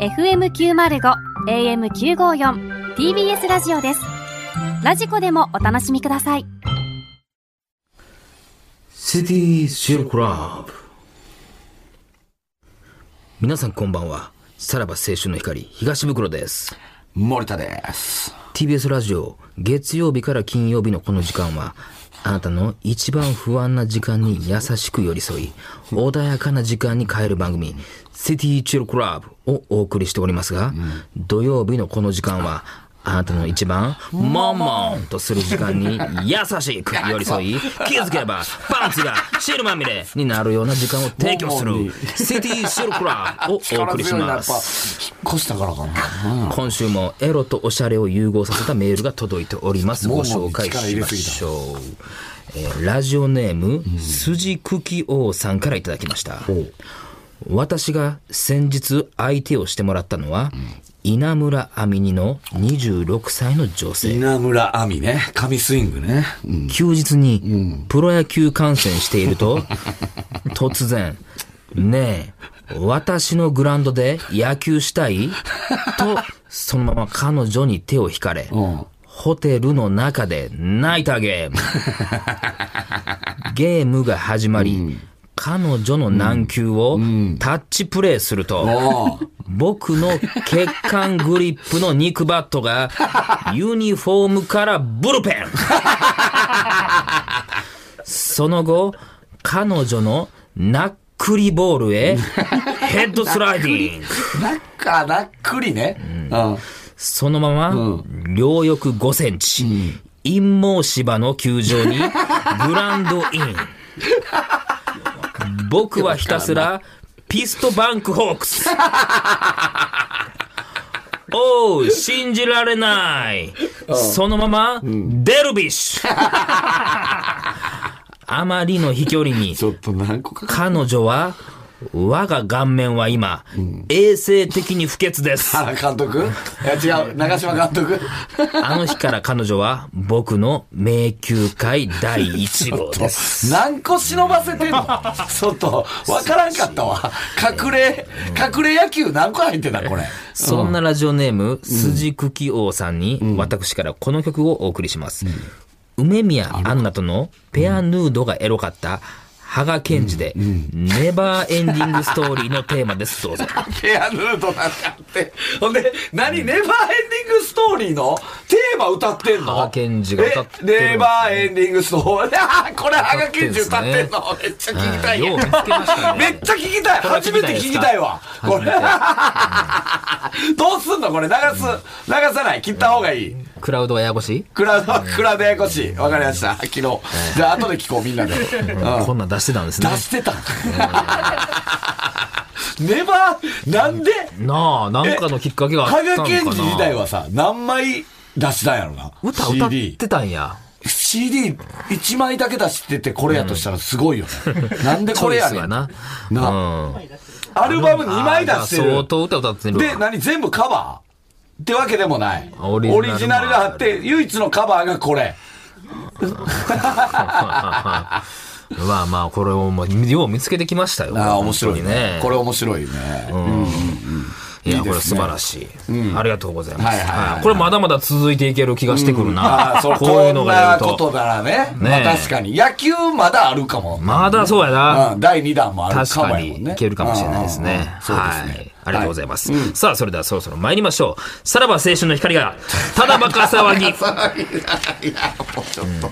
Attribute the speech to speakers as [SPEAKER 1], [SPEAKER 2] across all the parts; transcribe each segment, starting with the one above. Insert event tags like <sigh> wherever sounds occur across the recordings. [SPEAKER 1] FM905 AM954 TBS ラジオですラジコでもお楽しみください
[SPEAKER 2] シティシルクラブ皆さんこんばんはさらば青春の光東袋です
[SPEAKER 3] 森田です。
[SPEAKER 2] TBS ラジオ月曜日から金曜日のこの時間はあなたの一番不安な時間に優しく寄り添い穏やかな時間に変える番組「シティチルクラブ」をお送りしておりますが、土曜日のこの時間はあなたの一番モンモンとする時間に優しく寄り添い気づけばパンツが汁まみれになるような時間を提供す
[SPEAKER 3] モンモン
[SPEAKER 2] る
[SPEAKER 3] に
[SPEAKER 2] 「シティシルクラブ」をお
[SPEAKER 3] 力
[SPEAKER 2] 送りし
[SPEAKER 3] 強いな、や
[SPEAKER 2] ま
[SPEAKER 3] っぱ、
[SPEAKER 2] す
[SPEAKER 3] 引。っ越したからかな。
[SPEAKER 2] 今週もエロとおしゃれを融合させたメールが届いております。
[SPEAKER 3] もう
[SPEAKER 2] ご紹介
[SPEAKER 3] 力
[SPEAKER 2] し
[SPEAKER 3] 入
[SPEAKER 2] ま
[SPEAKER 3] れすぎた
[SPEAKER 2] しょう。えーラジオネーム、筋茎王さんからいただきました。私が先日相手をしてもらったのは、稲村亜美にの26歳の女性。
[SPEAKER 3] 稲村亜美ね。神スイングね。うん
[SPEAKER 2] 休日にプロ野球観戦している
[SPEAKER 3] <laughs>
[SPEAKER 2] と、突然、ねえ、私のグラウンドで野球したいと、そのまま彼女に手を引かれ、
[SPEAKER 3] うん。
[SPEAKER 2] ホテルの中で泣いたゲー
[SPEAKER 3] <laughs>
[SPEAKER 2] ム。ゲームが始まり、彼女の難球をタッチプレイすると、
[SPEAKER 3] おう
[SPEAKER 2] 僕の血管グリップの肉バットが、ユニフォームからブルペンその後、彼女のナックリボールへヘッドスライディング。
[SPEAKER 3] なんか、なっくりね。うん。
[SPEAKER 2] そのまま、両翼5センチ、陰毛芝の球場に、グランドイン。僕はひたすら、ピストバンクホークス。おう、信じられない。そのまま、デルビッシュ。あまりの飛距離に、
[SPEAKER 3] ちょっと何個かか
[SPEAKER 2] 彼女は、我が顔面は今、衛生的に不潔です。
[SPEAKER 3] 原監督いや、違う。長嶋監督
[SPEAKER 2] あの日から彼女は僕の迷宮会第1号です。
[SPEAKER 3] 何個忍ばせてん <laughs> の外。わからんかったわ。隠れ、隠れ野球何個入ってたこれ。
[SPEAKER 2] そんなラジオネーム、筋茎王さんに、私からこの曲をお送りします。梅宮アンナとのペアヌードがエロかった、羽賀健二で、ネバーエンディングストーリーのテーマ
[SPEAKER 3] <laughs>
[SPEAKER 2] です。どうぞ。
[SPEAKER 3] ペアヌードなんかって。ほんで、何、ネバーエンディングストーリーのテーマ歌ってんの
[SPEAKER 2] 羽賀健二が歌ってるんですね
[SPEAKER 3] えネバーエンディングストーリー。あーこれ、羽賀健二歌ってんのめっちゃ聞きたい
[SPEAKER 2] よう
[SPEAKER 3] や
[SPEAKER 2] ん見つ。けました
[SPEAKER 3] め
[SPEAKER 2] ね
[SPEAKER 3] っ。ちゃ聞き
[SPEAKER 2] こ
[SPEAKER 3] たい
[SPEAKER 2] れは
[SPEAKER 3] 初
[SPEAKER 2] 聞き
[SPEAKER 3] め
[SPEAKER 2] たい
[SPEAKER 3] て
[SPEAKER 2] ですか
[SPEAKER 3] 聞きたいわこれどうすんのこれ流す流さない切った方がいい
[SPEAKER 2] クラウドはややこしい
[SPEAKER 3] クラクラでややこしいわかりました昨日じゃあ後で聞こうみんなでうん
[SPEAKER 2] こんなん出してたんですね
[SPEAKER 3] 出。してた <laughs> ネバーなんで
[SPEAKER 2] なあ、なんかのきっかけがあった
[SPEAKER 3] 羽
[SPEAKER 2] のか
[SPEAKER 3] 賀
[SPEAKER 2] な。
[SPEAKER 3] 健二自体はさ何枚出したんやろな
[SPEAKER 2] 歌歌っ
[SPEAKER 3] CD
[SPEAKER 2] てたんや。
[SPEAKER 3] CD1 枚だけ出しててこれやとしたらすごいよね、なんでこれや
[SPEAKER 2] チョイスが
[SPEAKER 3] ねん
[SPEAKER 2] な。
[SPEAKER 3] な
[SPEAKER 2] うん。
[SPEAKER 3] アルバム2枚出して
[SPEAKER 2] あーじゃあ
[SPEAKER 3] る
[SPEAKER 2] 相当歌歌ってるわ。
[SPEAKER 3] で、何全部カバーってわけでもない。
[SPEAKER 2] オ
[SPEAKER 3] オ
[SPEAKER 2] リ
[SPEAKER 3] リ
[SPEAKER 2] ジナルもある
[SPEAKER 3] ジナルがあって、唯一のカバーがこれ。
[SPEAKER 2] <laughs> まあまあ、これをもう、よう見つけてきましたよ。
[SPEAKER 3] ああ、面白い
[SPEAKER 2] 本当に
[SPEAKER 3] ね。これ面白いね。
[SPEAKER 2] いや、
[SPEAKER 3] いいですね
[SPEAKER 2] これ素晴らしい。ありがとうございま
[SPEAKER 3] はいはいはいは
[SPEAKER 2] す。
[SPEAKER 3] い
[SPEAKER 2] これまだまだ続いていける気がしてくる
[SPEAKER 3] あ
[SPEAKER 2] な
[SPEAKER 3] あ、。そう、
[SPEAKER 2] <laughs> こうい
[SPEAKER 3] こ
[SPEAKER 2] うんのが
[SPEAKER 3] な
[SPEAKER 2] 出る。
[SPEAKER 3] こととならね。
[SPEAKER 2] ね
[SPEAKER 3] まあ確かに。野球まだあるかも。
[SPEAKER 2] まだそうやな。
[SPEAKER 3] うん第2弾もある
[SPEAKER 2] 確
[SPEAKER 3] かも
[SPEAKER 2] か
[SPEAKER 3] やもん
[SPEAKER 2] に
[SPEAKER 3] ね。
[SPEAKER 2] いけるかもしれないです
[SPEAKER 3] うんうん
[SPEAKER 2] ね
[SPEAKER 3] うん。そうです
[SPEAKER 2] は
[SPEAKER 3] ね。
[SPEAKER 2] い。ありがとうございます。さあ、それではそろそろ参りましょう。さらば青春の光が、ただバカ騒
[SPEAKER 3] <laughs>
[SPEAKER 2] ぎ。
[SPEAKER 3] いや、もうちょっと。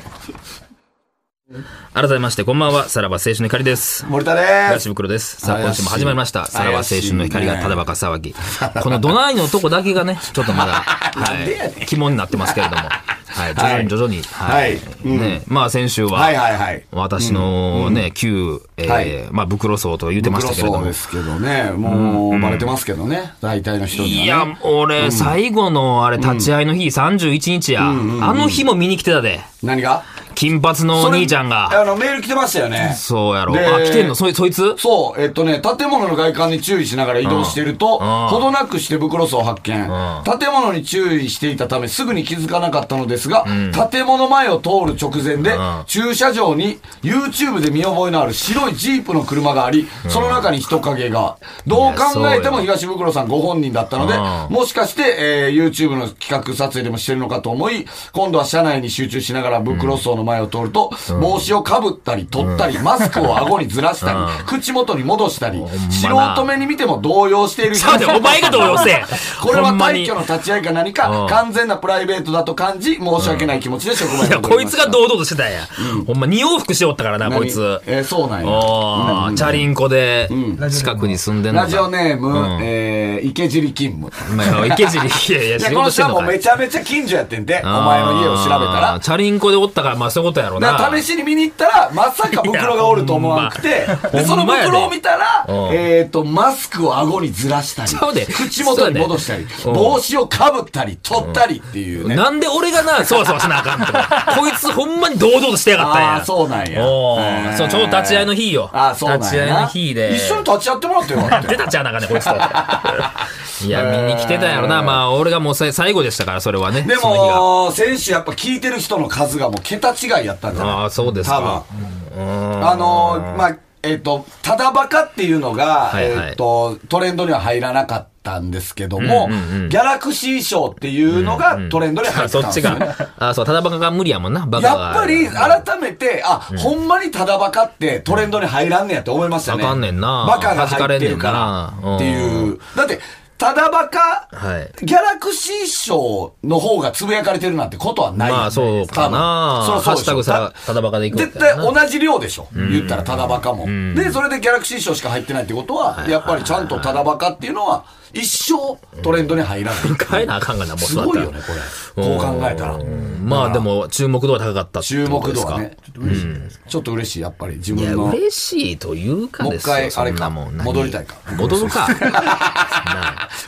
[SPEAKER 2] 改めまして、こんばんは。さらば青春の光です。
[SPEAKER 3] 森田です
[SPEAKER 2] 東。袋です。さあ、今
[SPEAKER 3] 怪し
[SPEAKER 2] 週
[SPEAKER 3] い
[SPEAKER 2] も始まりました。さらば青春の光がただバカ騒ぎ。このどないのとこだけがね、ちょっとま
[SPEAKER 3] <laughs>
[SPEAKER 2] だ、
[SPEAKER 3] なんでや
[SPEAKER 2] は
[SPEAKER 3] ね
[SPEAKER 2] い、肝になってますけれども。はい、徐々に徐々に。はい。
[SPEAKER 3] はい
[SPEAKER 2] ね、まあ先週
[SPEAKER 3] はい
[SPEAKER 2] は、
[SPEAKER 3] はいはい。
[SPEAKER 2] 私のね、旧、
[SPEAKER 3] は
[SPEAKER 2] えー
[SPEAKER 3] い
[SPEAKER 2] まあ、袋層と言ってましたけれど
[SPEAKER 3] そう
[SPEAKER 2] も
[SPEAKER 3] で。すけどね。もう、バレてますけどね。大体の人にはね。
[SPEAKER 2] いや、俺、最後のあれ、立ち会いの日、31日や。あの日も見に来てたで。
[SPEAKER 3] 何が
[SPEAKER 2] 金髪のお兄ちゃん
[SPEAKER 3] それ
[SPEAKER 2] が。
[SPEAKER 3] あの、メール来てましたよね。
[SPEAKER 2] そうやろ。
[SPEAKER 3] で
[SPEAKER 2] あ、来てんのそい、そいつ
[SPEAKER 3] そう、えっとね、建物の外観に注意しながら移動していると、
[SPEAKER 2] うん
[SPEAKER 3] ほどなくして袋巣を発見
[SPEAKER 2] う。
[SPEAKER 3] 建物に注意していたため、すぐに気づかなかったのですが、建物前を通る直前で
[SPEAKER 2] ん、
[SPEAKER 3] 駐車場に YouTube で見覚えのある白いジープの車があり、その中に人影が。どう考えても
[SPEAKER 2] い
[SPEAKER 3] 東袋さんご本人だったので
[SPEAKER 2] う、ん
[SPEAKER 3] もしかして、えー YouTube の企画撮影でもしてるのかと思い、今度は車内に集中しながらブクロス層の前を通ると、帽子をかぶったり、取ったり、マスクを顎にずらしたり、口元に戻したり、素人目に見ても動揺している
[SPEAKER 2] さて、お前が動揺せ
[SPEAKER 3] <laughs> これは
[SPEAKER 2] ほんまに
[SPEAKER 3] 退去の立ち会いか何
[SPEAKER 2] う
[SPEAKER 3] か
[SPEAKER 2] ん、
[SPEAKER 3] 完全なプライベートだと感じ、申し訳ない気持ちで職
[SPEAKER 2] い
[SPEAKER 3] 場に
[SPEAKER 2] や、
[SPEAKER 3] 戻
[SPEAKER 2] こ
[SPEAKER 3] り
[SPEAKER 2] い
[SPEAKER 3] ま
[SPEAKER 2] つ
[SPEAKER 3] した。
[SPEAKER 2] が堂々としてたんや。ほんま、二往復しておったからな、こいつ。
[SPEAKER 3] えーそうなん
[SPEAKER 2] お
[SPEAKER 3] や。
[SPEAKER 2] ーチャリンコで、近くに住んでんの
[SPEAKER 3] ラ
[SPEAKER 2] か
[SPEAKER 3] ジオネーム、
[SPEAKER 2] うん
[SPEAKER 3] えー池尻勤務。
[SPEAKER 2] まあ、池尻、
[SPEAKER 3] <laughs>
[SPEAKER 2] いやいや、
[SPEAKER 3] いや、
[SPEAKER 2] 仕
[SPEAKER 3] こ
[SPEAKER 2] 事
[SPEAKER 3] の
[SPEAKER 2] して
[SPEAKER 3] 人
[SPEAKER 2] ん
[SPEAKER 3] は
[SPEAKER 2] の
[SPEAKER 3] もう
[SPEAKER 2] か
[SPEAKER 3] め
[SPEAKER 2] い。
[SPEAKER 3] ちゃめちゃ近所やってんで、お
[SPEAKER 2] あー
[SPEAKER 3] 前の家を調べたら。
[SPEAKER 2] チャリンコでおったから、まあ、そういうことやろう
[SPEAKER 3] だ
[SPEAKER 2] な。
[SPEAKER 3] から試しに見に行ったら、まさか袋がおると思わなくて、
[SPEAKER 2] いや
[SPEAKER 3] で、その
[SPEAKER 2] ほんまやで
[SPEAKER 3] 袋を見たら
[SPEAKER 2] うん、
[SPEAKER 3] えっと、マスクを顎にずらした
[SPEAKER 2] そう
[SPEAKER 3] り、
[SPEAKER 2] で
[SPEAKER 3] 口元に戻したり、
[SPEAKER 2] そうでうん
[SPEAKER 3] 帽子をかぶったり、取ったりっていうね。
[SPEAKER 2] なんで俺がな、そわそわしなあかんとか。
[SPEAKER 3] <laughs>
[SPEAKER 2] こいつほんまに堂々としてやがったんや。
[SPEAKER 3] ああ、そうなんや。
[SPEAKER 2] おー
[SPEAKER 3] へー
[SPEAKER 2] そうちょうど立ち会いの日よ
[SPEAKER 3] ああ、そうなんやな。
[SPEAKER 2] 立ち会いの日で
[SPEAKER 3] 一緒に立ち会ってもらってよ。
[SPEAKER 2] 出たっちゃあなあかんね、こいつ
[SPEAKER 3] <laughs>
[SPEAKER 2] と。いや、見に来てたんやろな。まあ、俺がもうさ最後でしたから、それはね。
[SPEAKER 3] で
[SPEAKER 2] その日が
[SPEAKER 3] も、選手やっぱ聞いてる人の数がもう桁違いやったんじゃない
[SPEAKER 2] ああ、そうですか。
[SPEAKER 3] 多分。あのー、まあ、えっ、と、ただバカっていうのが、
[SPEAKER 2] はいはい
[SPEAKER 3] えっ、と、トレンドには入らなかったんですけども、
[SPEAKER 2] うんうんうん
[SPEAKER 3] ギャラクシー賞っていうのがトレンドに入
[SPEAKER 2] あ <laughs>
[SPEAKER 3] って
[SPEAKER 2] そ
[SPEAKER 3] たん
[SPEAKER 2] っ
[SPEAKER 3] です
[SPEAKER 2] ち
[SPEAKER 3] よね。
[SPEAKER 2] が。あそう、ただバカが無理やもんな、バカが。
[SPEAKER 3] やっぱり改めて、あ、ほんまにただバカってトレンドに入らんねやって思いましたね。
[SPEAKER 2] あかんねんな
[SPEAKER 3] バカが入ってるからっていう。だって、ただバカ、
[SPEAKER 2] はい
[SPEAKER 3] ギャラクシー賞の方がつぶやかれてるなんてことはないよね、
[SPEAKER 2] まあそうかな
[SPEAKER 3] 多分そうそうでしょ
[SPEAKER 2] ハッシュタグさただバカでいくみたい
[SPEAKER 3] 絶
[SPEAKER 2] な
[SPEAKER 3] 対同じ量でしょ。言ったらただバカも。で、それでギャラクシー賞しか入ってないってことは、やっぱりちゃんとただバカっていうのは、一生トレンドに入らない。
[SPEAKER 2] 変えなあかんがな、もう
[SPEAKER 3] す
[SPEAKER 2] そう
[SPEAKER 3] ごい
[SPEAKER 2] だ
[SPEAKER 3] よ
[SPEAKER 2] った
[SPEAKER 3] ね
[SPEAKER 2] ら、
[SPEAKER 3] これ。こう考えたら。
[SPEAKER 2] うんまあでも、注目度は高かったって
[SPEAKER 3] 注
[SPEAKER 2] こと
[SPEAKER 3] 目
[SPEAKER 2] で
[SPEAKER 3] 度
[SPEAKER 2] すか
[SPEAKER 3] はね。ちょっと嬉しい、やっぱり自
[SPEAKER 2] い
[SPEAKER 3] 分
[SPEAKER 2] や、
[SPEAKER 3] の。
[SPEAKER 2] 嬉しいというかですよ。
[SPEAKER 3] もう一回あれか
[SPEAKER 2] そんなもん何
[SPEAKER 3] 戻りたいか
[SPEAKER 2] 戻る
[SPEAKER 3] <laughs>
[SPEAKER 2] か。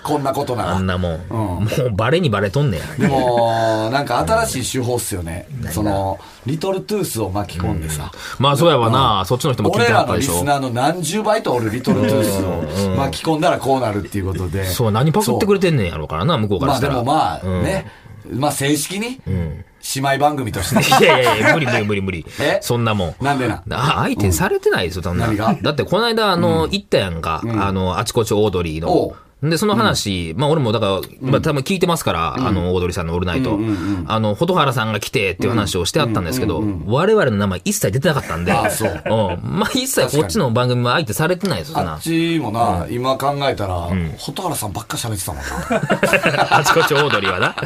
[SPEAKER 3] こんなことな
[SPEAKER 2] あん
[SPEAKER 3] ら。
[SPEAKER 2] なもん。もうバレにバレとんねや。
[SPEAKER 3] でも、なんか新しい手法っすよね。その、リトルトゥースを巻き込んでさ。
[SPEAKER 2] まあそうやわな、そっちの人も聞い
[SPEAKER 3] 俺
[SPEAKER 2] ては
[SPEAKER 3] ら
[SPEAKER 2] った
[SPEAKER 3] の
[SPEAKER 2] で
[SPEAKER 3] リ
[SPEAKER 2] し
[SPEAKER 3] ス
[SPEAKER 2] ょ。
[SPEAKER 3] ナーの何十倍とおるリトルトゥースを巻き込んだらこうなるっていうことで。
[SPEAKER 2] そう、何パクってくれてんねんやろうからな、向こうから
[SPEAKER 3] まあ
[SPEAKER 2] した
[SPEAKER 3] で
[SPEAKER 2] ら。
[SPEAKER 3] もまあね、まあ正式に、姉妹番組と
[SPEAKER 2] <laughs>
[SPEAKER 3] して。
[SPEAKER 2] いやいやいや、無理無理無理無理
[SPEAKER 3] え。
[SPEAKER 2] そんなもん。
[SPEAKER 3] なんでな
[SPEAKER 2] あ相手されてないですよ、そんな
[SPEAKER 3] 何が
[SPEAKER 2] だって、この間、あの、行ったやんか。あの、あちこちオードリー
[SPEAKER 3] お
[SPEAKER 2] の。で、その話、まあ俺もだから、まあ多分聞いてますから、あの、オードリーさんのオールナイト。あの、蛍原さんが来てっていう話をしてあったんですけど、我々の名前一切出てなかったんで。
[SPEAKER 3] あそう
[SPEAKER 2] うん。まあ一切こっちの番組は相手されてないですよ、そん
[SPEAKER 3] あ
[SPEAKER 2] な
[SPEAKER 3] っ。ちもな、今考えたら、蛍原さんばっか喋ってたもんな。
[SPEAKER 2] あちこちオードリーはな。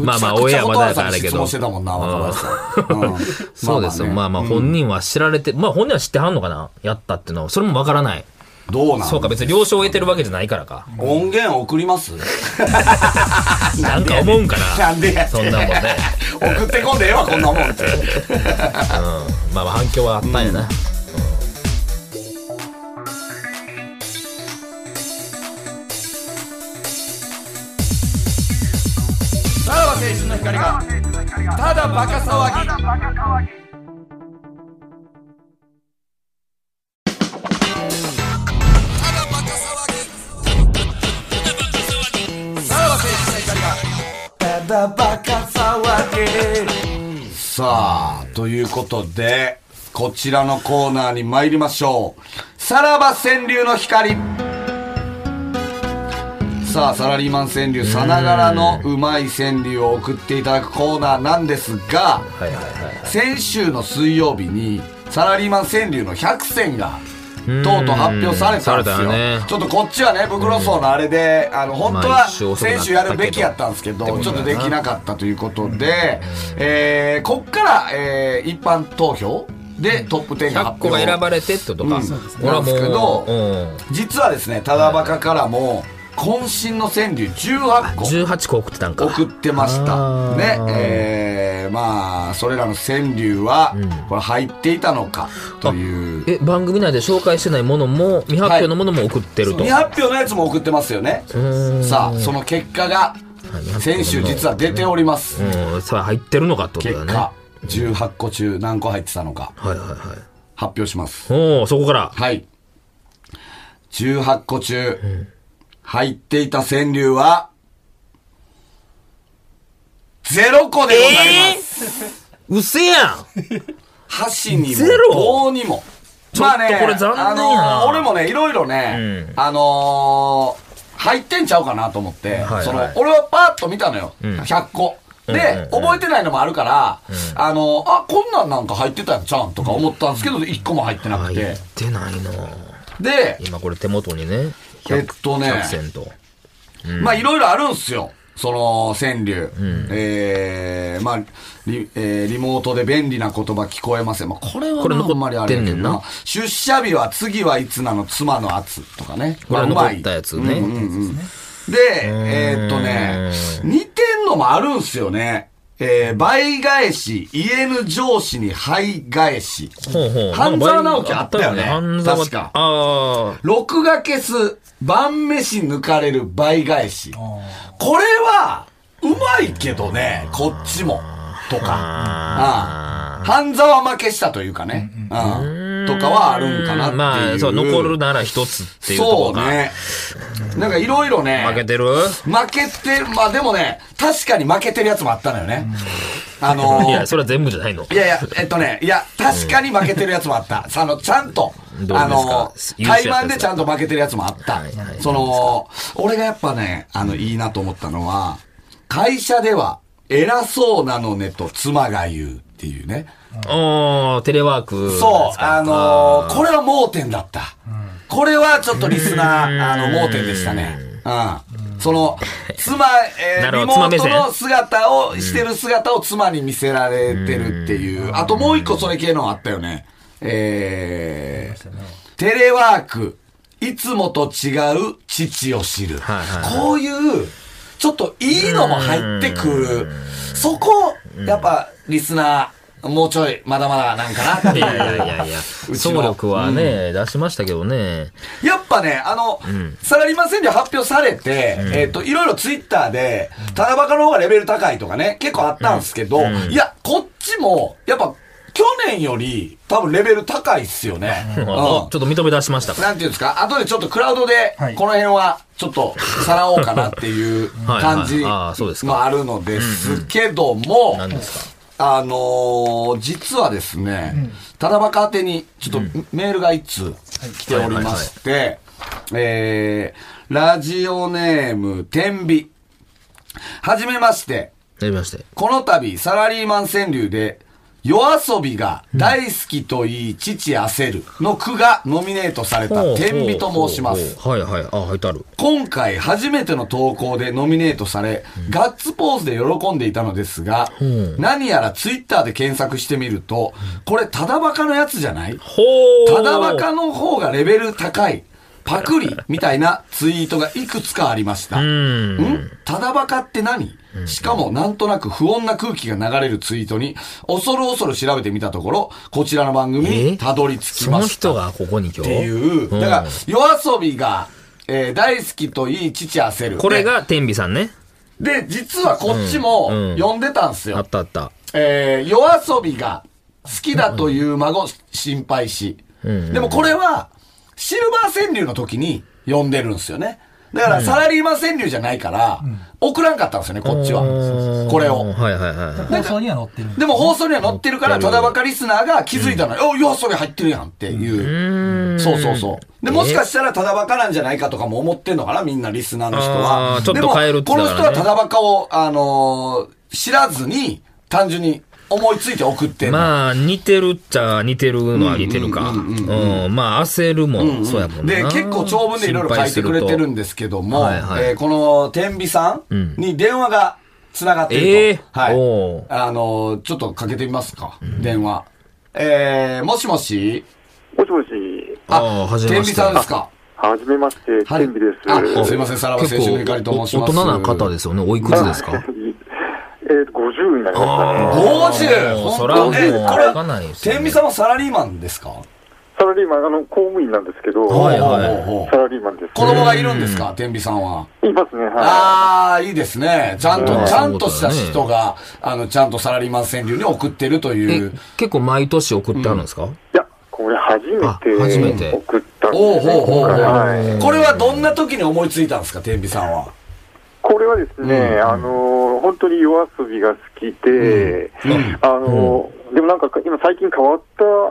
[SPEAKER 2] まあまあ、オンエアまだやからあれけ
[SPEAKER 3] めちゃくちゃ蛍原さんに質
[SPEAKER 2] ど
[SPEAKER 3] 問し。てたもんな、若林さん。うん
[SPEAKER 2] そうですよ。まあ
[SPEAKER 3] ね
[SPEAKER 2] まあ、本人は知られて、まあ本人は知ってはんのかなやったっていうのは。それもわからない。
[SPEAKER 3] どうなん
[SPEAKER 2] そうか、別に了承を得てるわけじゃないからか。
[SPEAKER 3] 音源送ります <laughs>
[SPEAKER 2] なんか思うんか
[SPEAKER 3] な
[SPEAKER 2] な。
[SPEAKER 3] んでや
[SPEAKER 2] そんなもんね。
[SPEAKER 3] 送ってこんでええわこんなもんって
[SPEAKER 2] まあまあ、反響はあったんやな。
[SPEAKER 3] さらば青春の光がただバカ騒ぎただバカ騒ぎさあということでこちらのコーナーに参りましょうさらば川柳の光さあサラリーマン川柳さながらのうまい川柳を送っていただくコーナーなんですが
[SPEAKER 2] はいはいはい。
[SPEAKER 3] 先週の水曜日にサラリーマン川柳の100選が
[SPEAKER 2] ん
[SPEAKER 3] とうとう発表されたんです
[SPEAKER 2] され
[SPEAKER 3] よ、
[SPEAKER 2] たよね
[SPEAKER 3] ちょっとこっちはね袋層のあれで、あの本当
[SPEAKER 2] まあ
[SPEAKER 3] は
[SPEAKER 2] 一生遅くなったけ
[SPEAKER 3] 先
[SPEAKER 2] ど
[SPEAKER 3] 週やるべきやったんですけどちょっとできなかったということで、えーこっから、えー一般投票でトップ10が発
[SPEAKER 2] 100
[SPEAKER 3] 表
[SPEAKER 2] 個が選ばれてってことか。俺はも
[SPEAKER 3] なんですけど
[SPEAKER 2] う、うん。
[SPEAKER 3] 実はですねただバカからも渾身の川柳18個
[SPEAKER 2] 18個送ってたんか。
[SPEAKER 3] 送ってました
[SPEAKER 2] あー
[SPEAKER 3] ねえーまあそれらの川柳は、これ入っていたのかという
[SPEAKER 2] え、番組内で紹介してないものも、未発表のものも送ってると。
[SPEAKER 3] 未発表のやつも送ってますよね
[SPEAKER 2] ん
[SPEAKER 3] さあその結果が
[SPEAKER 2] はい
[SPEAKER 3] 先週実は出ております
[SPEAKER 2] うん、さあ入ってるのかってことだ
[SPEAKER 3] 結
[SPEAKER 2] ね。
[SPEAKER 3] 果18個中何個入ってたのか
[SPEAKER 2] はいはいはい。
[SPEAKER 3] 発表します
[SPEAKER 2] おおそこから。
[SPEAKER 3] はい18個中入っていた川柳はゼロ個でございます。
[SPEAKER 2] うせやん
[SPEAKER 3] 箸にも
[SPEAKER 2] ゼロ
[SPEAKER 3] 棒にも。
[SPEAKER 2] ちょっとこれ残念やな
[SPEAKER 3] あのー俺もね、いろいろね、あのー入ってんちゃうかなと思って、
[SPEAKER 2] はい
[SPEAKER 3] その
[SPEAKER 2] はい
[SPEAKER 3] 俺はパッと見たのよ、100個。で、覚えてないのもあるから、あのーあ、こんなんなんか入ってたやんちゃうんとか思ったんですけど、1個も入ってなく
[SPEAKER 2] 入
[SPEAKER 3] て
[SPEAKER 2] っ。てないな
[SPEAKER 3] で、
[SPEAKER 2] 今これ手元にね、
[SPEAKER 3] えっとね
[SPEAKER 2] 100セント。
[SPEAKER 3] まあいろいろあるんすよ。その、川柳。えー、まあ、リ、えーリモートで便利な言葉聞こえません。まあこれは
[SPEAKER 2] これ
[SPEAKER 3] まあ
[SPEAKER 2] 残
[SPEAKER 3] あんまりあれやけ
[SPEAKER 2] って
[SPEAKER 3] ど
[SPEAKER 2] んねんな。
[SPEAKER 3] 出社日は次はいつなの妻の圧とかね。
[SPEAKER 2] これ
[SPEAKER 3] まあ
[SPEAKER 2] 残ったやつ。ね。
[SPEAKER 3] うまいで、えーっとね、似てんのもあるんすよね。えー倍返し、言えぬ上司に倍返し。
[SPEAKER 2] ほうほう。
[SPEAKER 3] 半沢直樹あったよね
[SPEAKER 2] 半沢
[SPEAKER 3] 確か
[SPEAKER 2] あ
[SPEAKER 3] 録画消す、晩飯抜かれる倍返し。これは、うまいけどね、こっちも。とか。うん半沢負けしたというかね。うん。とかはあるんか
[SPEAKER 2] あ。
[SPEAKER 3] なっていう。
[SPEAKER 2] まあ、そう、残るなら一つっていうとこ
[SPEAKER 3] そ
[SPEAKER 2] ろ
[SPEAKER 3] う
[SPEAKER 2] が。
[SPEAKER 3] ね。なんかいろいろね。
[SPEAKER 2] 負けてる
[SPEAKER 3] 負けてるまあでもね、確かに負けてるやつもあったのよね。あのー
[SPEAKER 2] いや、それは全部じゃないの
[SPEAKER 3] い。やいや、えっとね、いや、確かに負けてるやつもあった。あの、ちゃんと、
[SPEAKER 2] どう
[SPEAKER 3] あの
[SPEAKER 2] ですか、
[SPEAKER 3] 対マンでちゃんと負けてるやつもあった
[SPEAKER 2] はいはい。
[SPEAKER 3] その、俺がやっぱね、あの、いいなと思ったのは、会社では、偉そうなのねと妻が言うっていうね。
[SPEAKER 2] おー、テレワーク。
[SPEAKER 3] そう、あのーこれは盲点だった。これはちょっとリスナー、あの、盲点でしたね。うん。
[SPEAKER 2] <laughs>
[SPEAKER 3] その、妻、え
[SPEAKER 2] な
[SPEAKER 3] ー
[SPEAKER 2] る
[SPEAKER 3] リ
[SPEAKER 2] ほど
[SPEAKER 3] モート
[SPEAKER 2] 妻目
[SPEAKER 3] の
[SPEAKER 2] 線
[SPEAKER 3] 姿を、してる姿を妻に見せられてるっていう。あともう一個それ系のあったよね。えー、テレワーク、いつもと違う父を知る。
[SPEAKER 2] はいはい
[SPEAKER 3] こういう、ちょっといいのも入ってくる。そこ、やっぱ、リスナー、もうちょい、まだまだなんかなって
[SPEAKER 2] <laughs> い
[SPEAKER 3] いう。
[SPEAKER 2] やいやいやい
[SPEAKER 3] <laughs>
[SPEAKER 2] や、
[SPEAKER 3] うち
[SPEAKER 2] 総
[SPEAKER 3] の
[SPEAKER 2] 力はね、出しましたけどね。
[SPEAKER 3] やっぱね、あの、サラリーマン川柳発表されて、えっ、と、いろいろツイッターで、タダバカの方がレベル高いとかね、結構あったんですけど、いや、こっちも、やっぱ、去年より、多分レベル高いっすよね。う
[SPEAKER 2] あ
[SPEAKER 3] ん
[SPEAKER 2] ちょっと認め出しましたか。
[SPEAKER 3] なんていうんですか、後でちょっとクラウドで、
[SPEAKER 4] はい
[SPEAKER 3] この辺は、ちょっと、さらおうかなっていう
[SPEAKER 2] はい
[SPEAKER 3] 感じ
[SPEAKER 2] はいあーそうですか
[SPEAKER 3] もあるのですけども、
[SPEAKER 2] 何です
[SPEAKER 3] あのー実はですね、ただばか宛てに、ちょっとメールが一通来ておりまして、えー、ラジオネーム、天秤。はじめまして、
[SPEAKER 2] やりまして。
[SPEAKER 3] この度、サラリーマン川柳で、夜遊びが大好きと言い、父焦るの句がノミネートされた
[SPEAKER 2] ほう
[SPEAKER 3] 天秤と申します。。
[SPEAKER 2] ほうほうはいはい。あ、入ってある。
[SPEAKER 3] 今回初めての投稿でノミネートされ、ガッツポーズで喜んでいたのですが、何やらツイッターで検索してみると、これただバカのやつじゃない
[SPEAKER 2] ほう。
[SPEAKER 3] ただバカの方がレベル高い。パクリみたいなツイートがいくつかありました。
[SPEAKER 2] うん。
[SPEAKER 3] んただバカって何しかもなんとなく不穏な空気が流れるツイートに、恐る恐る調べてみたところ、こちらの番組
[SPEAKER 2] え
[SPEAKER 3] にたどり着き
[SPEAKER 2] そ
[SPEAKER 3] ま
[SPEAKER 2] の
[SPEAKER 3] した。
[SPEAKER 2] 人がここに今日。
[SPEAKER 3] っていう、だから、夜遊びが、えー大好きといい父焦る。
[SPEAKER 2] これが天秤さんね。
[SPEAKER 3] で、で実はこっちも
[SPEAKER 2] うんうん
[SPEAKER 3] 呼んでたんすよ。
[SPEAKER 2] あったあった。
[SPEAKER 3] えー夜遊びが好きだという孫心配し。でもこれは、シルバー川柳の時に呼んでるんすよね。だから、サラリーマン川柳じゃないから、送らんかったんですよね、こっちは。これ
[SPEAKER 2] うん
[SPEAKER 3] を。
[SPEAKER 2] はいはいは
[SPEAKER 4] 放送には載ってるんで
[SPEAKER 3] でも放送には載ってるから、ただばかリスナーが気づいたのよ。お、よ、それ入ってるやんっていう。そうそうそう。で、もしかしたらただばかなんじゃないかとかも思ってんのかな、みんなリスナーの人
[SPEAKER 2] あ
[SPEAKER 3] は
[SPEAKER 2] ー。ちょっと変えるって
[SPEAKER 3] でも、こ
[SPEAKER 2] 言っ
[SPEAKER 3] の
[SPEAKER 2] てたか
[SPEAKER 3] 人
[SPEAKER 2] ら
[SPEAKER 3] は
[SPEAKER 2] ね
[SPEAKER 3] ただばかを、あのー知らずに、単純に思いついて送って
[SPEAKER 2] い。
[SPEAKER 3] んの。
[SPEAKER 2] まあ、似てるっちゃ似てるのは似てるか。うん。まあ、焦るも、そうやもんな。
[SPEAKER 3] で、結構長文でいろいろ書いてくれてるん
[SPEAKER 2] で。
[SPEAKER 3] ですけども、
[SPEAKER 2] はいはい
[SPEAKER 3] えーこの天秤さんに電話が繋がってると。
[SPEAKER 2] ええお
[SPEAKER 3] は
[SPEAKER 2] う
[SPEAKER 3] い。あのーちょっとかけてみますか、電話。えー、もしもし
[SPEAKER 5] もしもし、
[SPEAKER 2] ああ、初め
[SPEAKER 3] 天
[SPEAKER 2] ま
[SPEAKER 3] 秤
[SPEAKER 2] して。
[SPEAKER 3] さんですか
[SPEAKER 5] はじめまして、
[SPEAKER 3] はい
[SPEAKER 5] 天秤です。
[SPEAKER 3] あすいませんさらば青春の光と申します
[SPEAKER 2] 結構お大人な方ですよね。おいくつですか
[SPEAKER 5] <laughs> えー、50になりましたね。
[SPEAKER 3] 50!
[SPEAKER 2] もう
[SPEAKER 3] 本
[SPEAKER 2] そらも
[SPEAKER 3] 当
[SPEAKER 2] う
[SPEAKER 3] え、こ
[SPEAKER 2] わかんない
[SPEAKER 3] れ
[SPEAKER 2] で、すよ
[SPEAKER 3] 天
[SPEAKER 2] ね
[SPEAKER 3] 秤さんはサラリーマンですか
[SPEAKER 5] サラリーマン、あの、公務員なんですけど、
[SPEAKER 2] はいはい
[SPEAKER 3] おうおうおう
[SPEAKER 5] サラリーマンです。
[SPEAKER 3] 子供がいるんですか天秤さんは。
[SPEAKER 5] いますね、は
[SPEAKER 3] ああ、いいですね。ちゃんと
[SPEAKER 2] う、ん
[SPEAKER 3] ちゃんとした人が、あの、ちゃんとサラリーマン川柳に送ってるとい
[SPEAKER 2] え
[SPEAKER 3] う。、
[SPEAKER 2] 結構毎年送ってあるんですか
[SPEAKER 5] い。いや、これ初め
[SPEAKER 2] あ
[SPEAKER 5] て
[SPEAKER 2] 初めて
[SPEAKER 5] 送ったんです
[SPEAKER 3] おうおうおうおう
[SPEAKER 5] 今回はい
[SPEAKER 3] これはどんな時に思いついたんですか天秤さんは。
[SPEAKER 5] これはですね、
[SPEAKER 3] うん
[SPEAKER 5] あの、本当に夜遊びが好きで、
[SPEAKER 3] うん
[SPEAKER 5] あの、でもなんか今最近変わっ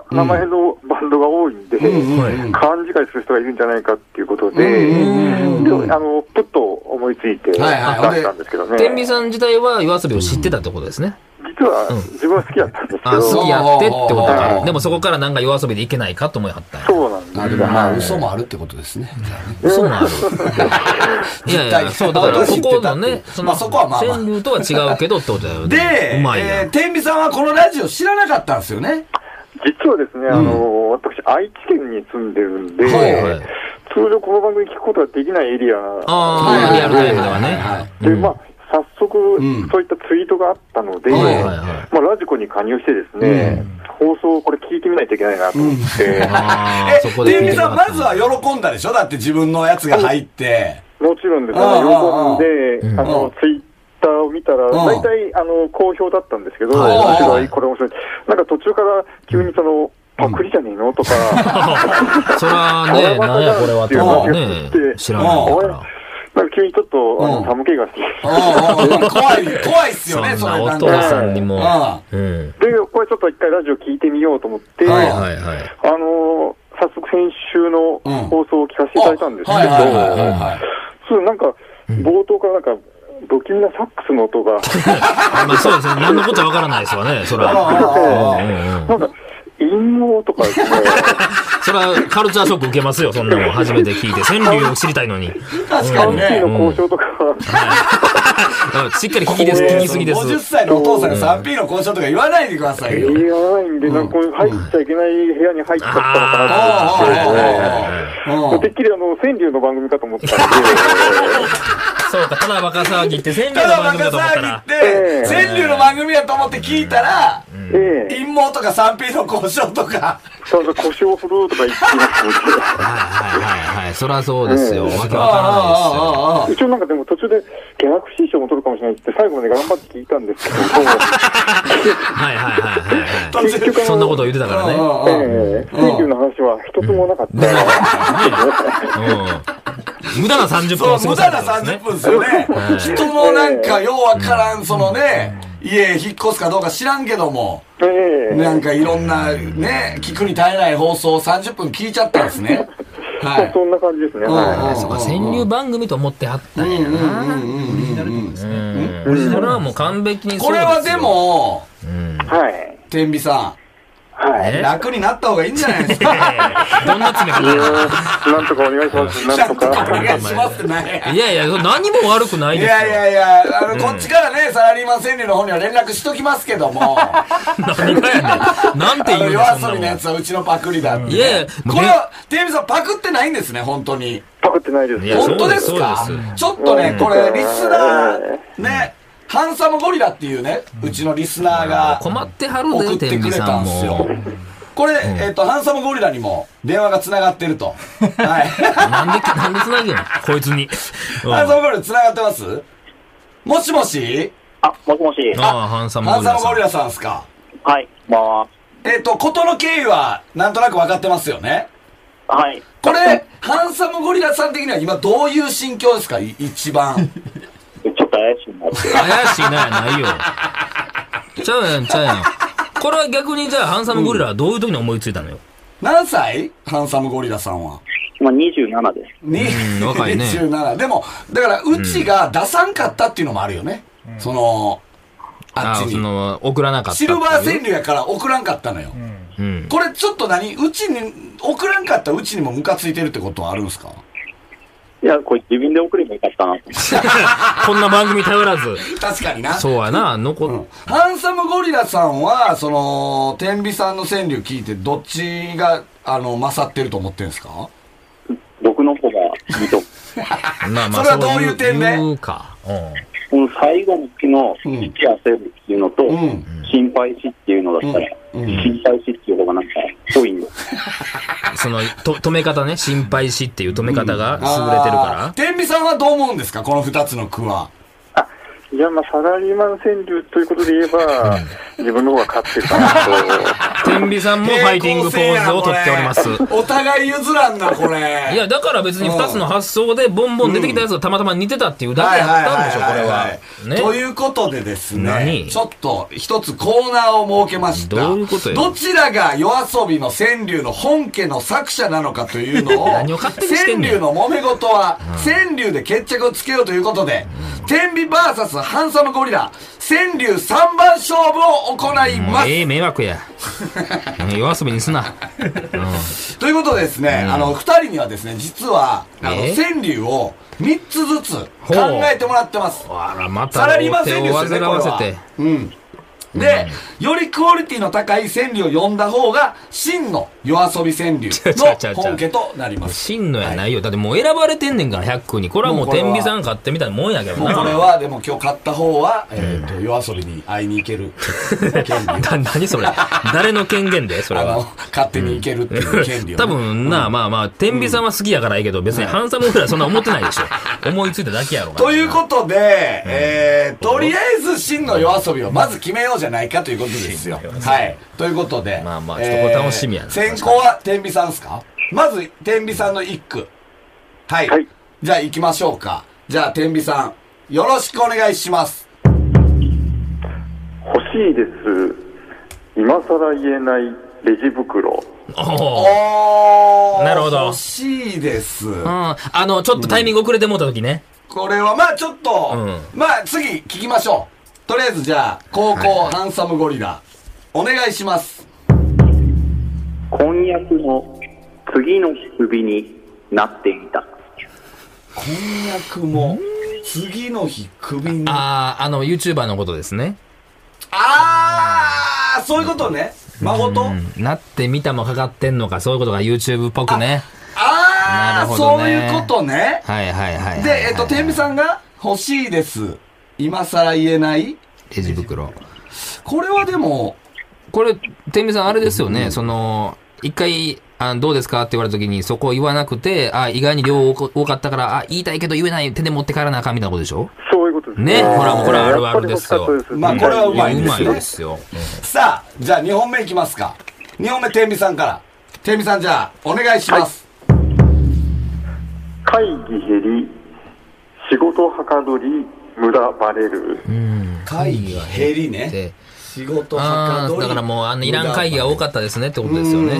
[SPEAKER 5] た名前のバンドが多いんで、
[SPEAKER 3] うんうんうん
[SPEAKER 5] 勘違いする人がいるんじゃないかっていうことで、
[SPEAKER 3] うんうんうん
[SPEAKER 5] であの、ぷっと思いついて出
[SPEAKER 3] はいはい
[SPEAKER 5] したんですけどね。
[SPEAKER 2] 天秤さん自体は夜遊びを知ってたってことですね。
[SPEAKER 5] 実は自分は好きだったんですけ
[SPEAKER 2] あ、
[SPEAKER 5] ど、
[SPEAKER 2] 好きやってってこと
[SPEAKER 5] う
[SPEAKER 2] か。
[SPEAKER 5] ん
[SPEAKER 2] でもそこからなんか夜遊びでいけないかと思いはったんや。
[SPEAKER 5] そうなんです
[SPEAKER 3] なるほど。まあ、嘘もあるってことですね。
[SPEAKER 2] そうなる。いやいや、そう、だからそ
[SPEAKER 3] 絶対
[SPEAKER 2] このね、
[SPEAKER 3] まあそこはまあまあ
[SPEAKER 2] 川柳とは違うけどってことだよ
[SPEAKER 3] で、
[SPEAKER 2] ね。うまいな。
[SPEAKER 3] えー、天秤さんはこのラジオ知らなかったんですよね。
[SPEAKER 5] 実はですね、あの、私、愛知県に住んでるんで、
[SPEAKER 3] はいはい
[SPEAKER 5] 通常この番組聞くことができないエリアな
[SPEAKER 2] ああ、リアルタイムでは
[SPEAKER 3] はいはいは
[SPEAKER 2] ね
[SPEAKER 3] い。
[SPEAKER 5] で、まあ、早速、
[SPEAKER 3] うん
[SPEAKER 5] そういったツイートがあったので、
[SPEAKER 3] はい
[SPEAKER 2] はいはい
[SPEAKER 5] まあ、ラジコに加入してですね、放送をこれ聞いてみないといけないなと思って、
[SPEAKER 2] あ
[SPEAKER 3] え
[SPEAKER 2] あ、そ、こで
[SPEAKER 3] 天
[SPEAKER 2] 聞いて
[SPEAKER 3] 秤
[SPEAKER 2] なか
[SPEAKER 3] さん、
[SPEAKER 2] った
[SPEAKER 3] まずは喜んだでしょだって自分のやつが入って。
[SPEAKER 5] もちろんですね、
[SPEAKER 3] ああ
[SPEAKER 5] 喜んで、あ
[SPEAKER 3] うん
[SPEAKER 5] の、ツイッターを見たら、
[SPEAKER 3] ん
[SPEAKER 5] 大体、あの、好評だったんですけど、面
[SPEAKER 2] はい
[SPEAKER 5] 白い、これ面白い。なんか途中から急にその、パクリじゃねえのとか、
[SPEAKER 2] そ <laughs> らね、なんやこれはとはね、知らない
[SPEAKER 3] <laughs>
[SPEAKER 2] から。
[SPEAKER 5] なんか急にちょっと、あ
[SPEAKER 3] うん
[SPEAKER 5] の、寒気がしてき
[SPEAKER 3] うんうんうん怖い、怖いっす
[SPEAKER 2] そ
[SPEAKER 3] よね、
[SPEAKER 2] ん
[SPEAKER 3] そ
[SPEAKER 2] な
[SPEAKER 3] れ
[SPEAKER 2] お
[SPEAKER 3] なん
[SPEAKER 2] 父
[SPEAKER 3] か。
[SPEAKER 2] さんにも
[SPEAKER 3] ああ。
[SPEAKER 2] うん。
[SPEAKER 5] て、で、これちょっと一回ラジオ聞いてみようと思って、
[SPEAKER 2] はい
[SPEAKER 5] あ
[SPEAKER 2] はいはい。
[SPEAKER 5] の、早速先週の
[SPEAKER 3] うん
[SPEAKER 5] 放送を聞かせていただいたんですけ
[SPEAKER 3] はいはいはい
[SPEAKER 5] ど、
[SPEAKER 3] はいはい。
[SPEAKER 5] そう、なんか、冒頭からなんか、不気味なサックスの
[SPEAKER 3] <laughs>
[SPEAKER 5] 音が、
[SPEAKER 2] まあそうですね。何のことはわからないですわね、そら。
[SPEAKER 3] ああ
[SPEAKER 2] うんうん
[SPEAKER 5] なんか、陰謀とかですね、
[SPEAKER 2] そら、カルチャーショック受けますよ、そんなもん。初めて聞いて。川柳を知りたいのに。
[SPEAKER 3] 確か
[SPEAKER 5] カ
[SPEAKER 3] に
[SPEAKER 5] ンー
[SPEAKER 3] ね。
[SPEAKER 5] の交渉とか、
[SPEAKER 2] うんしっかり聞きです、聞きすぎです。
[SPEAKER 3] 50歳のお父さんが 3P の交渉とか言わないでくださいよ。
[SPEAKER 5] 言わないんで、なんかこう入っちゃいけない部屋に入っちゃったのかなと思ってですね。
[SPEAKER 3] うん
[SPEAKER 5] てっきりあの、川柳の番組かと思ったんで、
[SPEAKER 3] <laughs>
[SPEAKER 2] そうか、ただバカ騒ぎって川
[SPEAKER 3] た
[SPEAKER 2] 柳の
[SPEAKER 3] だバ
[SPEAKER 2] 番組
[SPEAKER 3] カ
[SPEAKER 2] だと思った
[SPEAKER 3] 騒
[SPEAKER 2] ら
[SPEAKER 3] ぎ。って、川柳の番組やと思って聞いたら、
[SPEAKER 5] ええ
[SPEAKER 3] 陰謀とか 3P の交渉とか、
[SPEAKER 5] そうそう腰を振るうとか言ってま
[SPEAKER 2] はいはいはいはい。そらそうですよ。わけ
[SPEAKER 3] あ
[SPEAKER 2] わからないですよ。
[SPEAKER 3] あああああ
[SPEAKER 5] す一応なんかでも途中で、ギャラクシー賞も取るかもしれないって、最後まで頑張って聞いたんですけど、
[SPEAKER 2] はいはいはいはいは
[SPEAKER 3] あ
[SPEAKER 5] 結局
[SPEAKER 2] い。
[SPEAKER 5] あ
[SPEAKER 2] そんな
[SPEAKER 5] の、
[SPEAKER 2] ことを言ってたからね。
[SPEAKER 3] ああああ
[SPEAKER 5] ええ川柳の話は一つもなかった。
[SPEAKER 2] うん。無駄な30分
[SPEAKER 3] そ
[SPEAKER 2] を
[SPEAKER 3] う、
[SPEAKER 2] 過
[SPEAKER 3] 無
[SPEAKER 2] ごさ
[SPEAKER 3] 駄
[SPEAKER 2] れた
[SPEAKER 3] な
[SPEAKER 2] ってことです
[SPEAKER 3] 30
[SPEAKER 2] ね。
[SPEAKER 3] 分ですよね。人もなんか、ようわからん、そのね、家引っ越すかどうか知らんけども、
[SPEAKER 5] ええ
[SPEAKER 3] なんかいろんなね、聞くに耐えない放送を30分聞いちゃったんですね。は
[SPEAKER 5] そ
[SPEAKER 3] い。
[SPEAKER 5] んな感じですね。
[SPEAKER 3] うん
[SPEAKER 5] は
[SPEAKER 3] うん
[SPEAKER 2] そうか、川柳番組と思ってはったんやな。うん。それはもう完璧にそう
[SPEAKER 3] これはです
[SPEAKER 2] よ、
[SPEAKER 3] も、
[SPEAKER 5] い。はい。
[SPEAKER 3] 天秤さ
[SPEAKER 5] はい。
[SPEAKER 3] ん、
[SPEAKER 2] え
[SPEAKER 3] 楽になった方がいいんじゃないです
[SPEAKER 2] <laughs> え
[SPEAKER 3] か。
[SPEAKER 2] えどんな詰め方や
[SPEAKER 5] なんとかお願いします。
[SPEAKER 3] ち
[SPEAKER 5] な
[SPEAKER 3] ゃ
[SPEAKER 5] んと
[SPEAKER 3] んとお
[SPEAKER 5] か。
[SPEAKER 3] 願いしますね。
[SPEAKER 2] いやいや、何も悪くない
[SPEAKER 3] い
[SPEAKER 2] ですよ。
[SPEAKER 3] やいやいや、あの、こっちからね、サラリーマン川柳の方には連絡しときますけども、
[SPEAKER 2] 何がやねん。なんて
[SPEAKER 3] あ
[SPEAKER 2] 言
[SPEAKER 3] の、
[SPEAKER 2] う
[SPEAKER 3] 夜
[SPEAKER 2] のそんな
[SPEAKER 3] 遊びの
[SPEAKER 2] も
[SPEAKER 3] や
[SPEAKER 2] ん
[SPEAKER 3] つはうちのパクリだって。
[SPEAKER 2] いやいや
[SPEAKER 3] これは、天秤さんパクってないんですね、本当に。
[SPEAKER 5] パクってないです。
[SPEAKER 2] いや
[SPEAKER 3] 本当ですか
[SPEAKER 2] そうですそうで
[SPEAKER 3] ちょっとね、これ、リスナー、ね、ハンサムゴリラっていうね、うちのリスナーが
[SPEAKER 2] 困ってはる
[SPEAKER 3] 送っ
[SPEAKER 2] で、
[SPEAKER 3] て
[SPEAKER 2] 天
[SPEAKER 3] く
[SPEAKER 2] 秤
[SPEAKER 3] れ
[SPEAKER 2] さ
[SPEAKER 3] た
[SPEAKER 2] ん
[SPEAKER 3] んですよ
[SPEAKER 2] も。。
[SPEAKER 3] これ、えっと、ハンサムゴリラにも電話が繋がってる
[SPEAKER 2] <laughs>
[SPEAKER 3] と。はい。
[SPEAKER 2] なんで、なんで繋げんのこいつ
[SPEAKER 3] <laughs>
[SPEAKER 2] に。うん
[SPEAKER 3] ハンサムゴリラ繋がってますもしもし
[SPEAKER 4] あ、もしもし。
[SPEAKER 2] ああ、ハンサムゴ
[SPEAKER 3] ハン
[SPEAKER 2] リ
[SPEAKER 3] サ
[SPEAKER 2] ラ
[SPEAKER 3] ム
[SPEAKER 2] さ
[SPEAKER 3] ゴ
[SPEAKER 2] ん
[SPEAKER 3] リ。ラさんですか
[SPEAKER 4] はい、まあ、
[SPEAKER 3] えっと、事の経緯はなんとなく分かってますよね
[SPEAKER 4] はい。
[SPEAKER 3] こ
[SPEAKER 2] <laughs>
[SPEAKER 3] れ、ハンサムゴリラさん的には今どういう心境ですかい一番。
[SPEAKER 4] ちょっと怪しいなって。
[SPEAKER 2] 怪しいなやないよ。ちゃうやん、ちゃうやん。これは逆にじゃあ、ハンサムゴリラはどういう時に思いついたのよ。
[SPEAKER 3] 何歳ハンサムゴリラさんは。
[SPEAKER 4] 今27です。
[SPEAKER 3] に
[SPEAKER 2] うん若いね
[SPEAKER 3] 27。でも、だから、うちが出さんかったっていうのもあるよね。その、あっち
[SPEAKER 2] そ
[SPEAKER 3] に。
[SPEAKER 2] の、送らなかったって
[SPEAKER 3] シ
[SPEAKER 2] いう。
[SPEAKER 3] ルバー川柳やから送らんかったのよ。
[SPEAKER 2] うん。
[SPEAKER 3] これちょっと何うちに、送らんかったうちにもムカついてるってことはあるんすか
[SPEAKER 4] いや、これ自分で送ればよかったなと。
[SPEAKER 2] こんな番組頼らず。
[SPEAKER 3] 確かにな。
[SPEAKER 2] そうやな、残っ、
[SPEAKER 3] ハンサムゴリラさんは、その、天秤さんの川柳聞いて、どっちが、あの、勝ってると思ってんすか
[SPEAKER 4] 僕の方がいいと思
[SPEAKER 2] まあまあ、
[SPEAKER 3] それはどういう点で
[SPEAKER 2] そういうか。う
[SPEAKER 4] う。この最後の日の
[SPEAKER 3] うん
[SPEAKER 4] 一夜焦るっていうのと、
[SPEAKER 3] ん
[SPEAKER 4] 心配死っていうのだったら、
[SPEAKER 3] うん
[SPEAKER 4] 心配死っていう方がなんか、遠いんです。
[SPEAKER 2] ん。その、と、止め方ね、心配しっていう止め方が優れてる
[SPEAKER 3] あー
[SPEAKER 2] か
[SPEAKER 3] 天秤さんはどう思うんですかこの二つの句は。
[SPEAKER 4] あ、
[SPEAKER 5] いや、まあ、サラリーマン川柳ということで言えば、自分の方が勝ってるかなと。
[SPEAKER 2] 天秤さんもファイティングポーズをとっております。
[SPEAKER 3] お互い譲らんな、これ。
[SPEAKER 2] いや、だから別に2つの発想でボンボン出てきたやつがたまたま似てたっていうだけだったんでしょ、これは。ね。
[SPEAKER 3] ということでですね
[SPEAKER 2] 何、
[SPEAKER 3] ちょっと一つコーナーを設けました。
[SPEAKER 2] どういうことよ
[SPEAKER 3] どちらが夜遊びの川柳の本家の作者なのかというのを、川
[SPEAKER 2] <laughs> 何を勝手にしてんねん
[SPEAKER 3] 柳の揉め事は、川柳で決着をつけようということで、天秤バーサスハンサムゴリラ、川柳3番勝負を行い
[SPEAKER 2] も
[SPEAKER 3] ま
[SPEAKER 2] う
[SPEAKER 3] す。
[SPEAKER 2] ええ迷惑
[SPEAKER 3] <laughs>
[SPEAKER 2] や。うん夜遊びにすな。
[SPEAKER 3] ということでですね、あの、二人にはですね、実は、あの、
[SPEAKER 2] え
[SPEAKER 3] 川柳を三つずつ考
[SPEAKER 2] ほう
[SPEAKER 3] えてもらってます。
[SPEAKER 2] あら、また
[SPEAKER 3] サラリーマン川
[SPEAKER 2] 手
[SPEAKER 3] 柳
[SPEAKER 2] を
[SPEAKER 3] ですよね、
[SPEAKER 2] 煩
[SPEAKER 3] これ
[SPEAKER 2] わせ
[SPEAKER 3] は
[SPEAKER 2] て。。
[SPEAKER 3] うん。で、よりクオリティの高い川柳を読んだ方が、真の夜遊び川柳の本家となります。
[SPEAKER 2] 真のやないよ。だってもう選ばれてんねんから、100に。これはもう
[SPEAKER 3] もうこれ
[SPEAKER 2] 天
[SPEAKER 3] は
[SPEAKER 2] 秤さん買ってみたいなもんやけど
[SPEAKER 3] もうこれ
[SPEAKER 2] な。
[SPEAKER 3] は、でも今日買った方は、えっと、夜遊びに会いに
[SPEAKER 2] <laughs>
[SPEAKER 3] 行ける権利を。
[SPEAKER 2] だ <laughs> 何それ誰の権限でそれ
[SPEAKER 3] あ
[SPEAKER 2] は
[SPEAKER 3] の。、勝手に行けるっていう権利を。
[SPEAKER 2] 多分な、まあまあ、天秤さんは好きやからいいけど、別にハンサムぐらいそんな思ってないで
[SPEAKER 3] <laughs>
[SPEAKER 2] しょ。思いついただけやろが。
[SPEAKER 3] ということで、えー、とりあえず真の夜遊びをまず決めようじゃないかということですよ。はい。ということで。
[SPEAKER 2] まあまあちょっとこれ楽しみやな
[SPEAKER 3] えー先行は天秤さんですかまず、天秤さんの一句。はい。
[SPEAKER 5] はい
[SPEAKER 3] じゃあ行きましょうか。じゃあ、天秤さん、よろしくお願いします。
[SPEAKER 5] 欲しいです。今更言えないレジ袋。
[SPEAKER 2] おー
[SPEAKER 3] おー。
[SPEAKER 2] なるほど
[SPEAKER 3] 欲しいです。
[SPEAKER 2] うんあの、ちょっとタイミング遅れてもうた時ね。
[SPEAKER 3] これは、まあちょっと、
[SPEAKER 2] う
[SPEAKER 3] まあ次聞きましょう。とりあえずじゃあ、高校、ハンサムゴリラ、お願いします。
[SPEAKER 6] 婚約の次の日首になっていた。
[SPEAKER 3] こんにゃくも、次の日、首に。あ
[SPEAKER 2] ああ、あの、YouTuber のことですね。
[SPEAKER 3] あーそういうことね。孫と
[SPEAKER 2] うんなってみたもかかってんのか、そういうことが YouTube っぽくね。なる
[SPEAKER 3] ああ、
[SPEAKER 2] ほど
[SPEAKER 3] そう
[SPEAKER 2] ね
[SPEAKER 3] いうことね。
[SPEAKER 2] はいはいはいはいはい。
[SPEAKER 3] で、えっと、天秤さんが、欲しいです。今更言えない
[SPEAKER 2] レジ袋。
[SPEAKER 3] これはでも、
[SPEAKER 2] これ、天秤さんあれですよね、その、一回、あどうですかって言われた時に、そこを言わなくて、あ、意外に量多か多かったから、あ、言いたいけど言えない、手で持って帰らなあかんみたいなことでしょ
[SPEAKER 5] そういうことです
[SPEAKER 2] ねほらもうこれはある
[SPEAKER 5] や
[SPEAKER 2] あ
[SPEAKER 5] っぱ
[SPEAKER 2] る
[SPEAKER 5] り
[SPEAKER 2] で
[SPEAKER 5] 欲し
[SPEAKER 2] す
[SPEAKER 5] か
[SPEAKER 2] よ
[SPEAKER 5] ったです。
[SPEAKER 3] まあこれはうまいですね
[SPEAKER 2] やうまいですよ。
[SPEAKER 3] さあ、じゃあ2本目いきますか。2本目、天秤さんから。天秤さん、じゃあ、お願いします。
[SPEAKER 5] 会議減り、仕事はかどり、無駄バレる。
[SPEAKER 3] 会議が減りね。
[SPEAKER 2] で、
[SPEAKER 3] 仕事は
[SPEAKER 2] あ
[SPEAKER 3] かど
[SPEAKER 2] あ、
[SPEAKER 3] り。
[SPEAKER 2] だからもう、あの、いらん会議が多かったですねってことですよね。う
[SPEAKER 3] う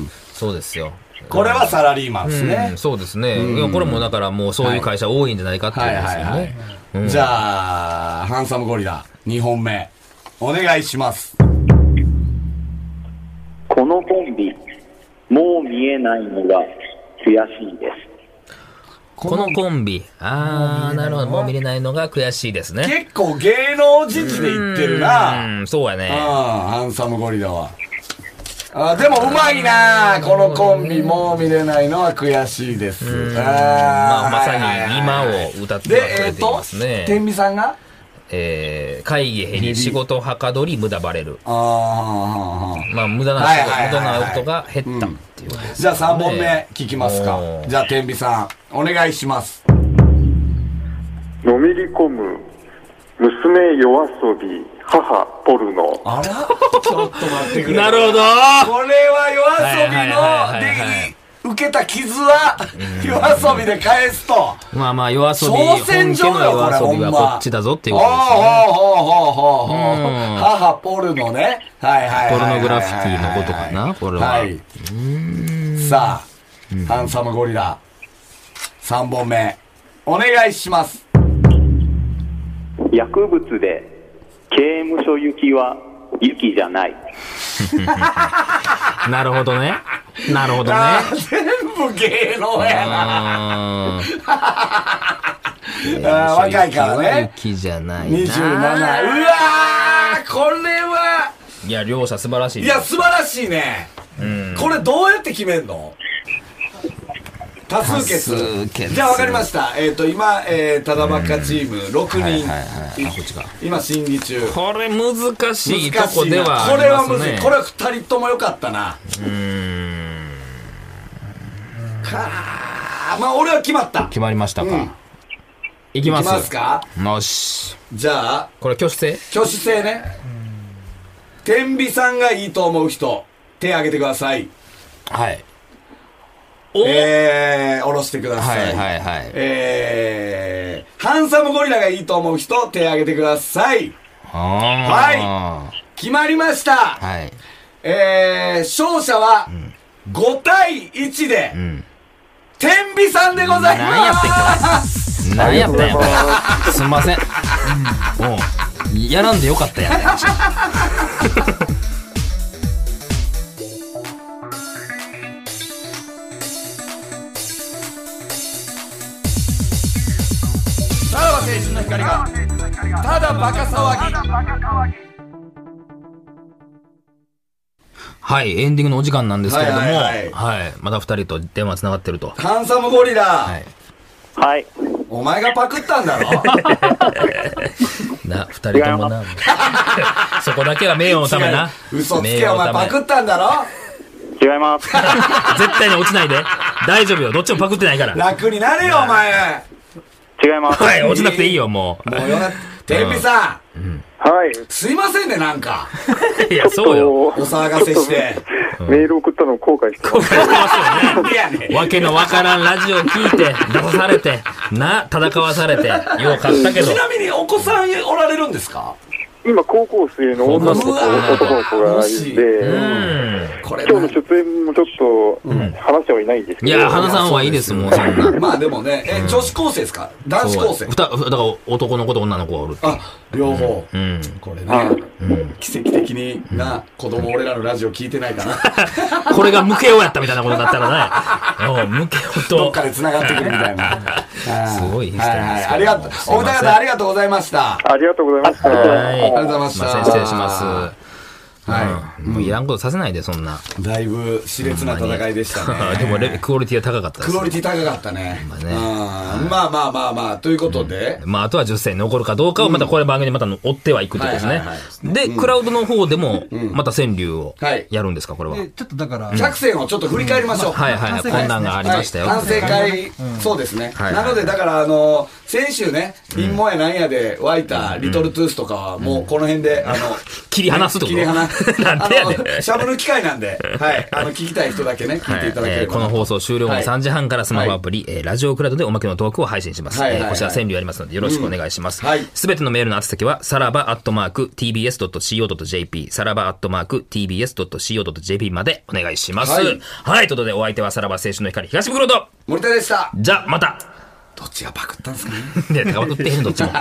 [SPEAKER 2] んん。そうですよ。
[SPEAKER 3] これはサラリーマンですね
[SPEAKER 2] うん、。そうですね。いや、これもだからもうそういう会社多いんじゃないかってい
[SPEAKER 3] は
[SPEAKER 2] う
[SPEAKER 3] い
[SPEAKER 2] んです
[SPEAKER 3] はい
[SPEAKER 2] よ
[SPEAKER 3] はい
[SPEAKER 2] ね。うん
[SPEAKER 3] じゃあ、ハンサムゴリラ、2本目、お願いします。
[SPEAKER 6] このコンビ、もう見えないのが悔しいです。
[SPEAKER 2] このコンビ。ああ、なるほど。もう見れないのが悔しいですね。
[SPEAKER 3] 結構芸能時期で言ってるな。
[SPEAKER 2] うん、そうや
[SPEAKER 3] うん、
[SPEAKER 2] ね。
[SPEAKER 3] ハンサムゴリラは。あでもうまいなこのコンビもう見れないのは悔しいです。
[SPEAKER 2] ま
[SPEAKER 3] ま
[SPEAKER 2] あ、まさに今を歌っては
[SPEAKER 3] で
[SPEAKER 2] く、
[SPEAKER 3] え
[SPEAKER 2] れ
[SPEAKER 3] って
[SPEAKER 2] いま
[SPEAKER 3] と
[SPEAKER 2] す、ね。
[SPEAKER 3] 天秤さんが
[SPEAKER 2] えー、会議減り、仕事はかどり、無駄バレる。
[SPEAKER 3] ああー、
[SPEAKER 2] まあ、無駄な
[SPEAKER 3] は
[SPEAKER 2] 仕
[SPEAKER 3] いはい
[SPEAKER 2] 事、無
[SPEAKER 3] はいはい
[SPEAKER 2] 駄なことが減ったっていうことです
[SPEAKER 3] じゃあ3本目聞きますか
[SPEAKER 2] お。ー
[SPEAKER 3] じゃあ天秤さん、お願いします。
[SPEAKER 5] のめり込む、娘夜遊び、母ポルノ。
[SPEAKER 3] <laughs> あらちょっと待ってくれ。
[SPEAKER 2] なるほど
[SPEAKER 3] これは
[SPEAKER 2] はいはいはい
[SPEAKER 3] 夜
[SPEAKER 2] はいは
[SPEAKER 3] 遊び
[SPEAKER 2] い
[SPEAKER 3] の、で、受けた傷は、夜遊びで返すと。
[SPEAKER 2] まあまあ、夜遊び、
[SPEAKER 3] 挑戦状よ、これ、
[SPEAKER 2] 本
[SPEAKER 3] ほ
[SPEAKER 2] 家の夜遊び
[SPEAKER 3] んま。
[SPEAKER 2] はこっちだぞっていうことで
[SPEAKER 3] ほう
[SPEAKER 2] すよね。
[SPEAKER 3] ほうほうほうほ
[SPEAKER 2] う
[SPEAKER 3] う
[SPEAKER 2] ん
[SPEAKER 3] 母ポルノね。はいはいはいはいはい。
[SPEAKER 2] ポルノグラフィティのことかなこれは
[SPEAKER 3] はい。さあ、ハンサムゴリラ、3本目、お願いします。
[SPEAKER 6] 薬物で刑務所行きは行きじゃない。
[SPEAKER 2] なるほどね。なるほどね。
[SPEAKER 3] あー全部芸能やな。
[SPEAKER 2] あ
[SPEAKER 3] あー若いからね
[SPEAKER 2] 雪じゃないな。
[SPEAKER 3] 27。うわーこれは、
[SPEAKER 2] いや、両者素晴らしい。
[SPEAKER 3] いや、素晴らしいね。これどうやって決めんの多数決。
[SPEAKER 2] 多数決
[SPEAKER 3] じゃあ分かりました。えっ、と、今、えー、ただばっかチーム6人、
[SPEAKER 2] はいはいはい。あ、こっちか。
[SPEAKER 3] 今審議中。
[SPEAKER 2] これ難しいと
[SPEAKER 3] 難
[SPEAKER 2] こ
[SPEAKER 3] しい
[SPEAKER 2] で
[SPEAKER 3] な
[SPEAKER 2] は
[SPEAKER 3] こ
[SPEAKER 2] あ
[SPEAKER 3] れ
[SPEAKER 2] りま
[SPEAKER 3] は
[SPEAKER 2] す
[SPEAKER 3] むずい
[SPEAKER 2] ね。
[SPEAKER 3] これは2人とも良かったなかーまあ俺は決まった
[SPEAKER 2] 決まりましたか。いきます
[SPEAKER 3] いきますか
[SPEAKER 2] よし。
[SPEAKER 3] じゃあ、
[SPEAKER 2] これ挙手制
[SPEAKER 3] 挙手制ね。天美さんがいいと思う人、手挙げてください。
[SPEAKER 2] はい。お
[SPEAKER 3] えー、下ろしてくださ
[SPEAKER 2] はい
[SPEAKER 3] い。
[SPEAKER 2] はいはい。
[SPEAKER 3] えー、ハンサムゴリラがいいと思う人、手挙げてください。
[SPEAKER 2] は
[SPEAKER 3] 決まりました。
[SPEAKER 2] い。はい。
[SPEAKER 3] えー、勝者は、5対1で、
[SPEAKER 2] ん
[SPEAKER 3] 天美さんでござい
[SPEAKER 2] 何やってん
[SPEAKER 3] ます
[SPEAKER 2] 何やったんやこ
[SPEAKER 5] ありがとうござい
[SPEAKER 2] れ。すんません。もうん、やらんでよかったやん、ね。
[SPEAKER 3] さらば青春の光が、ただバカ騒ぎ。
[SPEAKER 2] はい、エンディングのお時間なんですけれども、
[SPEAKER 3] はい
[SPEAKER 2] は
[SPEAKER 3] はいい
[SPEAKER 2] また二人と電話つながってると。
[SPEAKER 3] ハンサムゴリラ、
[SPEAKER 2] はい。
[SPEAKER 7] はい。
[SPEAKER 3] お前がパクったんだろ
[SPEAKER 2] な、二人ともな。 <laughs> そこだけは名誉のためな。
[SPEAKER 3] 違う嘘つ
[SPEAKER 2] 名
[SPEAKER 3] け、
[SPEAKER 2] 誉
[SPEAKER 3] お
[SPEAKER 2] の
[SPEAKER 3] 前
[SPEAKER 2] ため
[SPEAKER 3] パクったんだろ
[SPEAKER 7] 違います。
[SPEAKER 2] <laughs> 絶対に落ちないで。大丈夫よ。どっちもパクってないから。
[SPEAKER 3] 楽になれよ、お前。
[SPEAKER 7] 違います。
[SPEAKER 2] はい、落ちなくていいよ、もう。
[SPEAKER 3] もうよな、天美さん、
[SPEAKER 5] はい。
[SPEAKER 3] すいませんね、なんか。
[SPEAKER 2] <laughs> いや、そうよ。
[SPEAKER 3] お騒がせして。
[SPEAKER 5] メール送ったの後悔してます。
[SPEAKER 3] なんでやねん。
[SPEAKER 2] わけのわからんラジオ聞いて、出さされて、な、戦わされて、よう買ったけど
[SPEAKER 3] ち。なみにお子さんおられるんですか
[SPEAKER 5] 今、高校生の女の子と
[SPEAKER 3] うわ
[SPEAKER 5] 男の子がいて、
[SPEAKER 2] うん。
[SPEAKER 3] これ
[SPEAKER 5] 今日の出演もちょっと話してはいないんですけ
[SPEAKER 2] い
[SPEAKER 5] ど、
[SPEAKER 2] や、話さんはいいです、もうそんな。
[SPEAKER 3] まあでもね、え、女子高生ですか男子高生
[SPEAKER 2] ふた、ふただから男の子と女の子がおる。
[SPEAKER 3] あ、両方。
[SPEAKER 2] うん。
[SPEAKER 3] これ
[SPEAKER 5] は
[SPEAKER 3] ね、奇跡的にな、子供俺らのラジオ聞いてないかな。
[SPEAKER 2] <laughs> これが無形をやったみたいなことだった
[SPEAKER 3] <laughs>
[SPEAKER 2] らね。おう無形
[SPEAKER 3] どっ
[SPEAKER 2] と
[SPEAKER 3] か。で繋がってくるみたいな。
[SPEAKER 2] <laughs> すごい人ですけど
[SPEAKER 3] はいはい。ありがと
[SPEAKER 2] すい
[SPEAKER 3] う
[SPEAKER 2] ま。せん
[SPEAKER 3] お二方ありがとうございました。
[SPEAKER 5] ありがとうございました。
[SPEAKER 2] はい。あり
[SPEAKER 3] がとうございました
[SPEAKER 2] 失礼します。
[SPEAKER 3] は
[SPEAKER 2] うん。もういらんことさせないで、そんな。
[SPEAKER 3] い。だいぶ熾烈な戦いでしたね。
[SPEAKER 2] <laughs> でもレ、クオリティは高かったです。
[SPEAKER 3] クオリティ高かったね。
[SPEAKER 2] ま
[SPEAKER 3] う
[SPEAKER 2] あ
[SPEAKER 3] ん
[SPEAKER 2] ね
[SPEAKER 3] まあまあまあまあ、ということで、
[SPEAKER 2] まあ、あとは10歳に残るかどうかを、またこれ番組でまた追ってはいくということで
[SPEAKER 3] はいはいはい
[SPEAKER 2] すね。で、クラウドの方でも、また川柳を
[SPEAKER 3] はい
[SPEAKER 2] やるんですか、これは。
[SPEAKER 4] でちょっとだから、
[SPEAKER 3] 客船をちょっと振り返りましょう。
[SPEAKER 2] はいはいはい、
[SPEAKER 4] 反省会ですね
[SPEAKER 2] こんなんがありましたよ。
[SPEAKER 3] はい反省会、そうですね。
[SPEAKER 2] はい
[SPEAKER 3] なので、だから、あの、先週ね、貧乏やなんやで湧いたリトルトゥースとかは、もうこの辺で、
[SPEAKER 2] <laughs>
[SPEAKER 3] あの、
[SPEAKER 2] 切り離すってこと
[SPEAKER 3] 切
[SPEAKER 2] <laughs>
[SPEAKER 3] り離
[SPEAKER 2] なんでやねん
[SPEAKER 3] あのしゃぶる機会なんで、はい。あの、聞きたい人だけね、聞いていただけ
[SPEAKER 2] え
[SPEAKER 3] れ
[SPEAKER 2] ー
[SPEAKER 3] ば。
[SPEAKER 2] この放送終了後の
[SPEAKER 3] はい
[SPEAKER 2] 3時半からスマホアプリ、えーラジオクラウドでおまけのトークを配信します。
[SPEAKER 3] はいはいはい
[SPEAKER 2] えーこちら川柳やりますのでよろしくお願いします
[SPEAKER 3] うんはい。
[SPEAKER 2] すべ、てのメールの宛先は、さらばアットマーク tbs.co.jp、さらばアットマーク tbs.co.jp までお願いします。は
[SPEAKER 3] はいい、
[SPEAKER 2] ということでお相手はさらば青春の光東袋と、
[SPEAKER 3] 森田でした。
[SPEAKER 2] じゃ、また
[SPEAKER 3] どっちがパクったんですかね。
[SPEAKER 2] で、高まってへん、どっちも。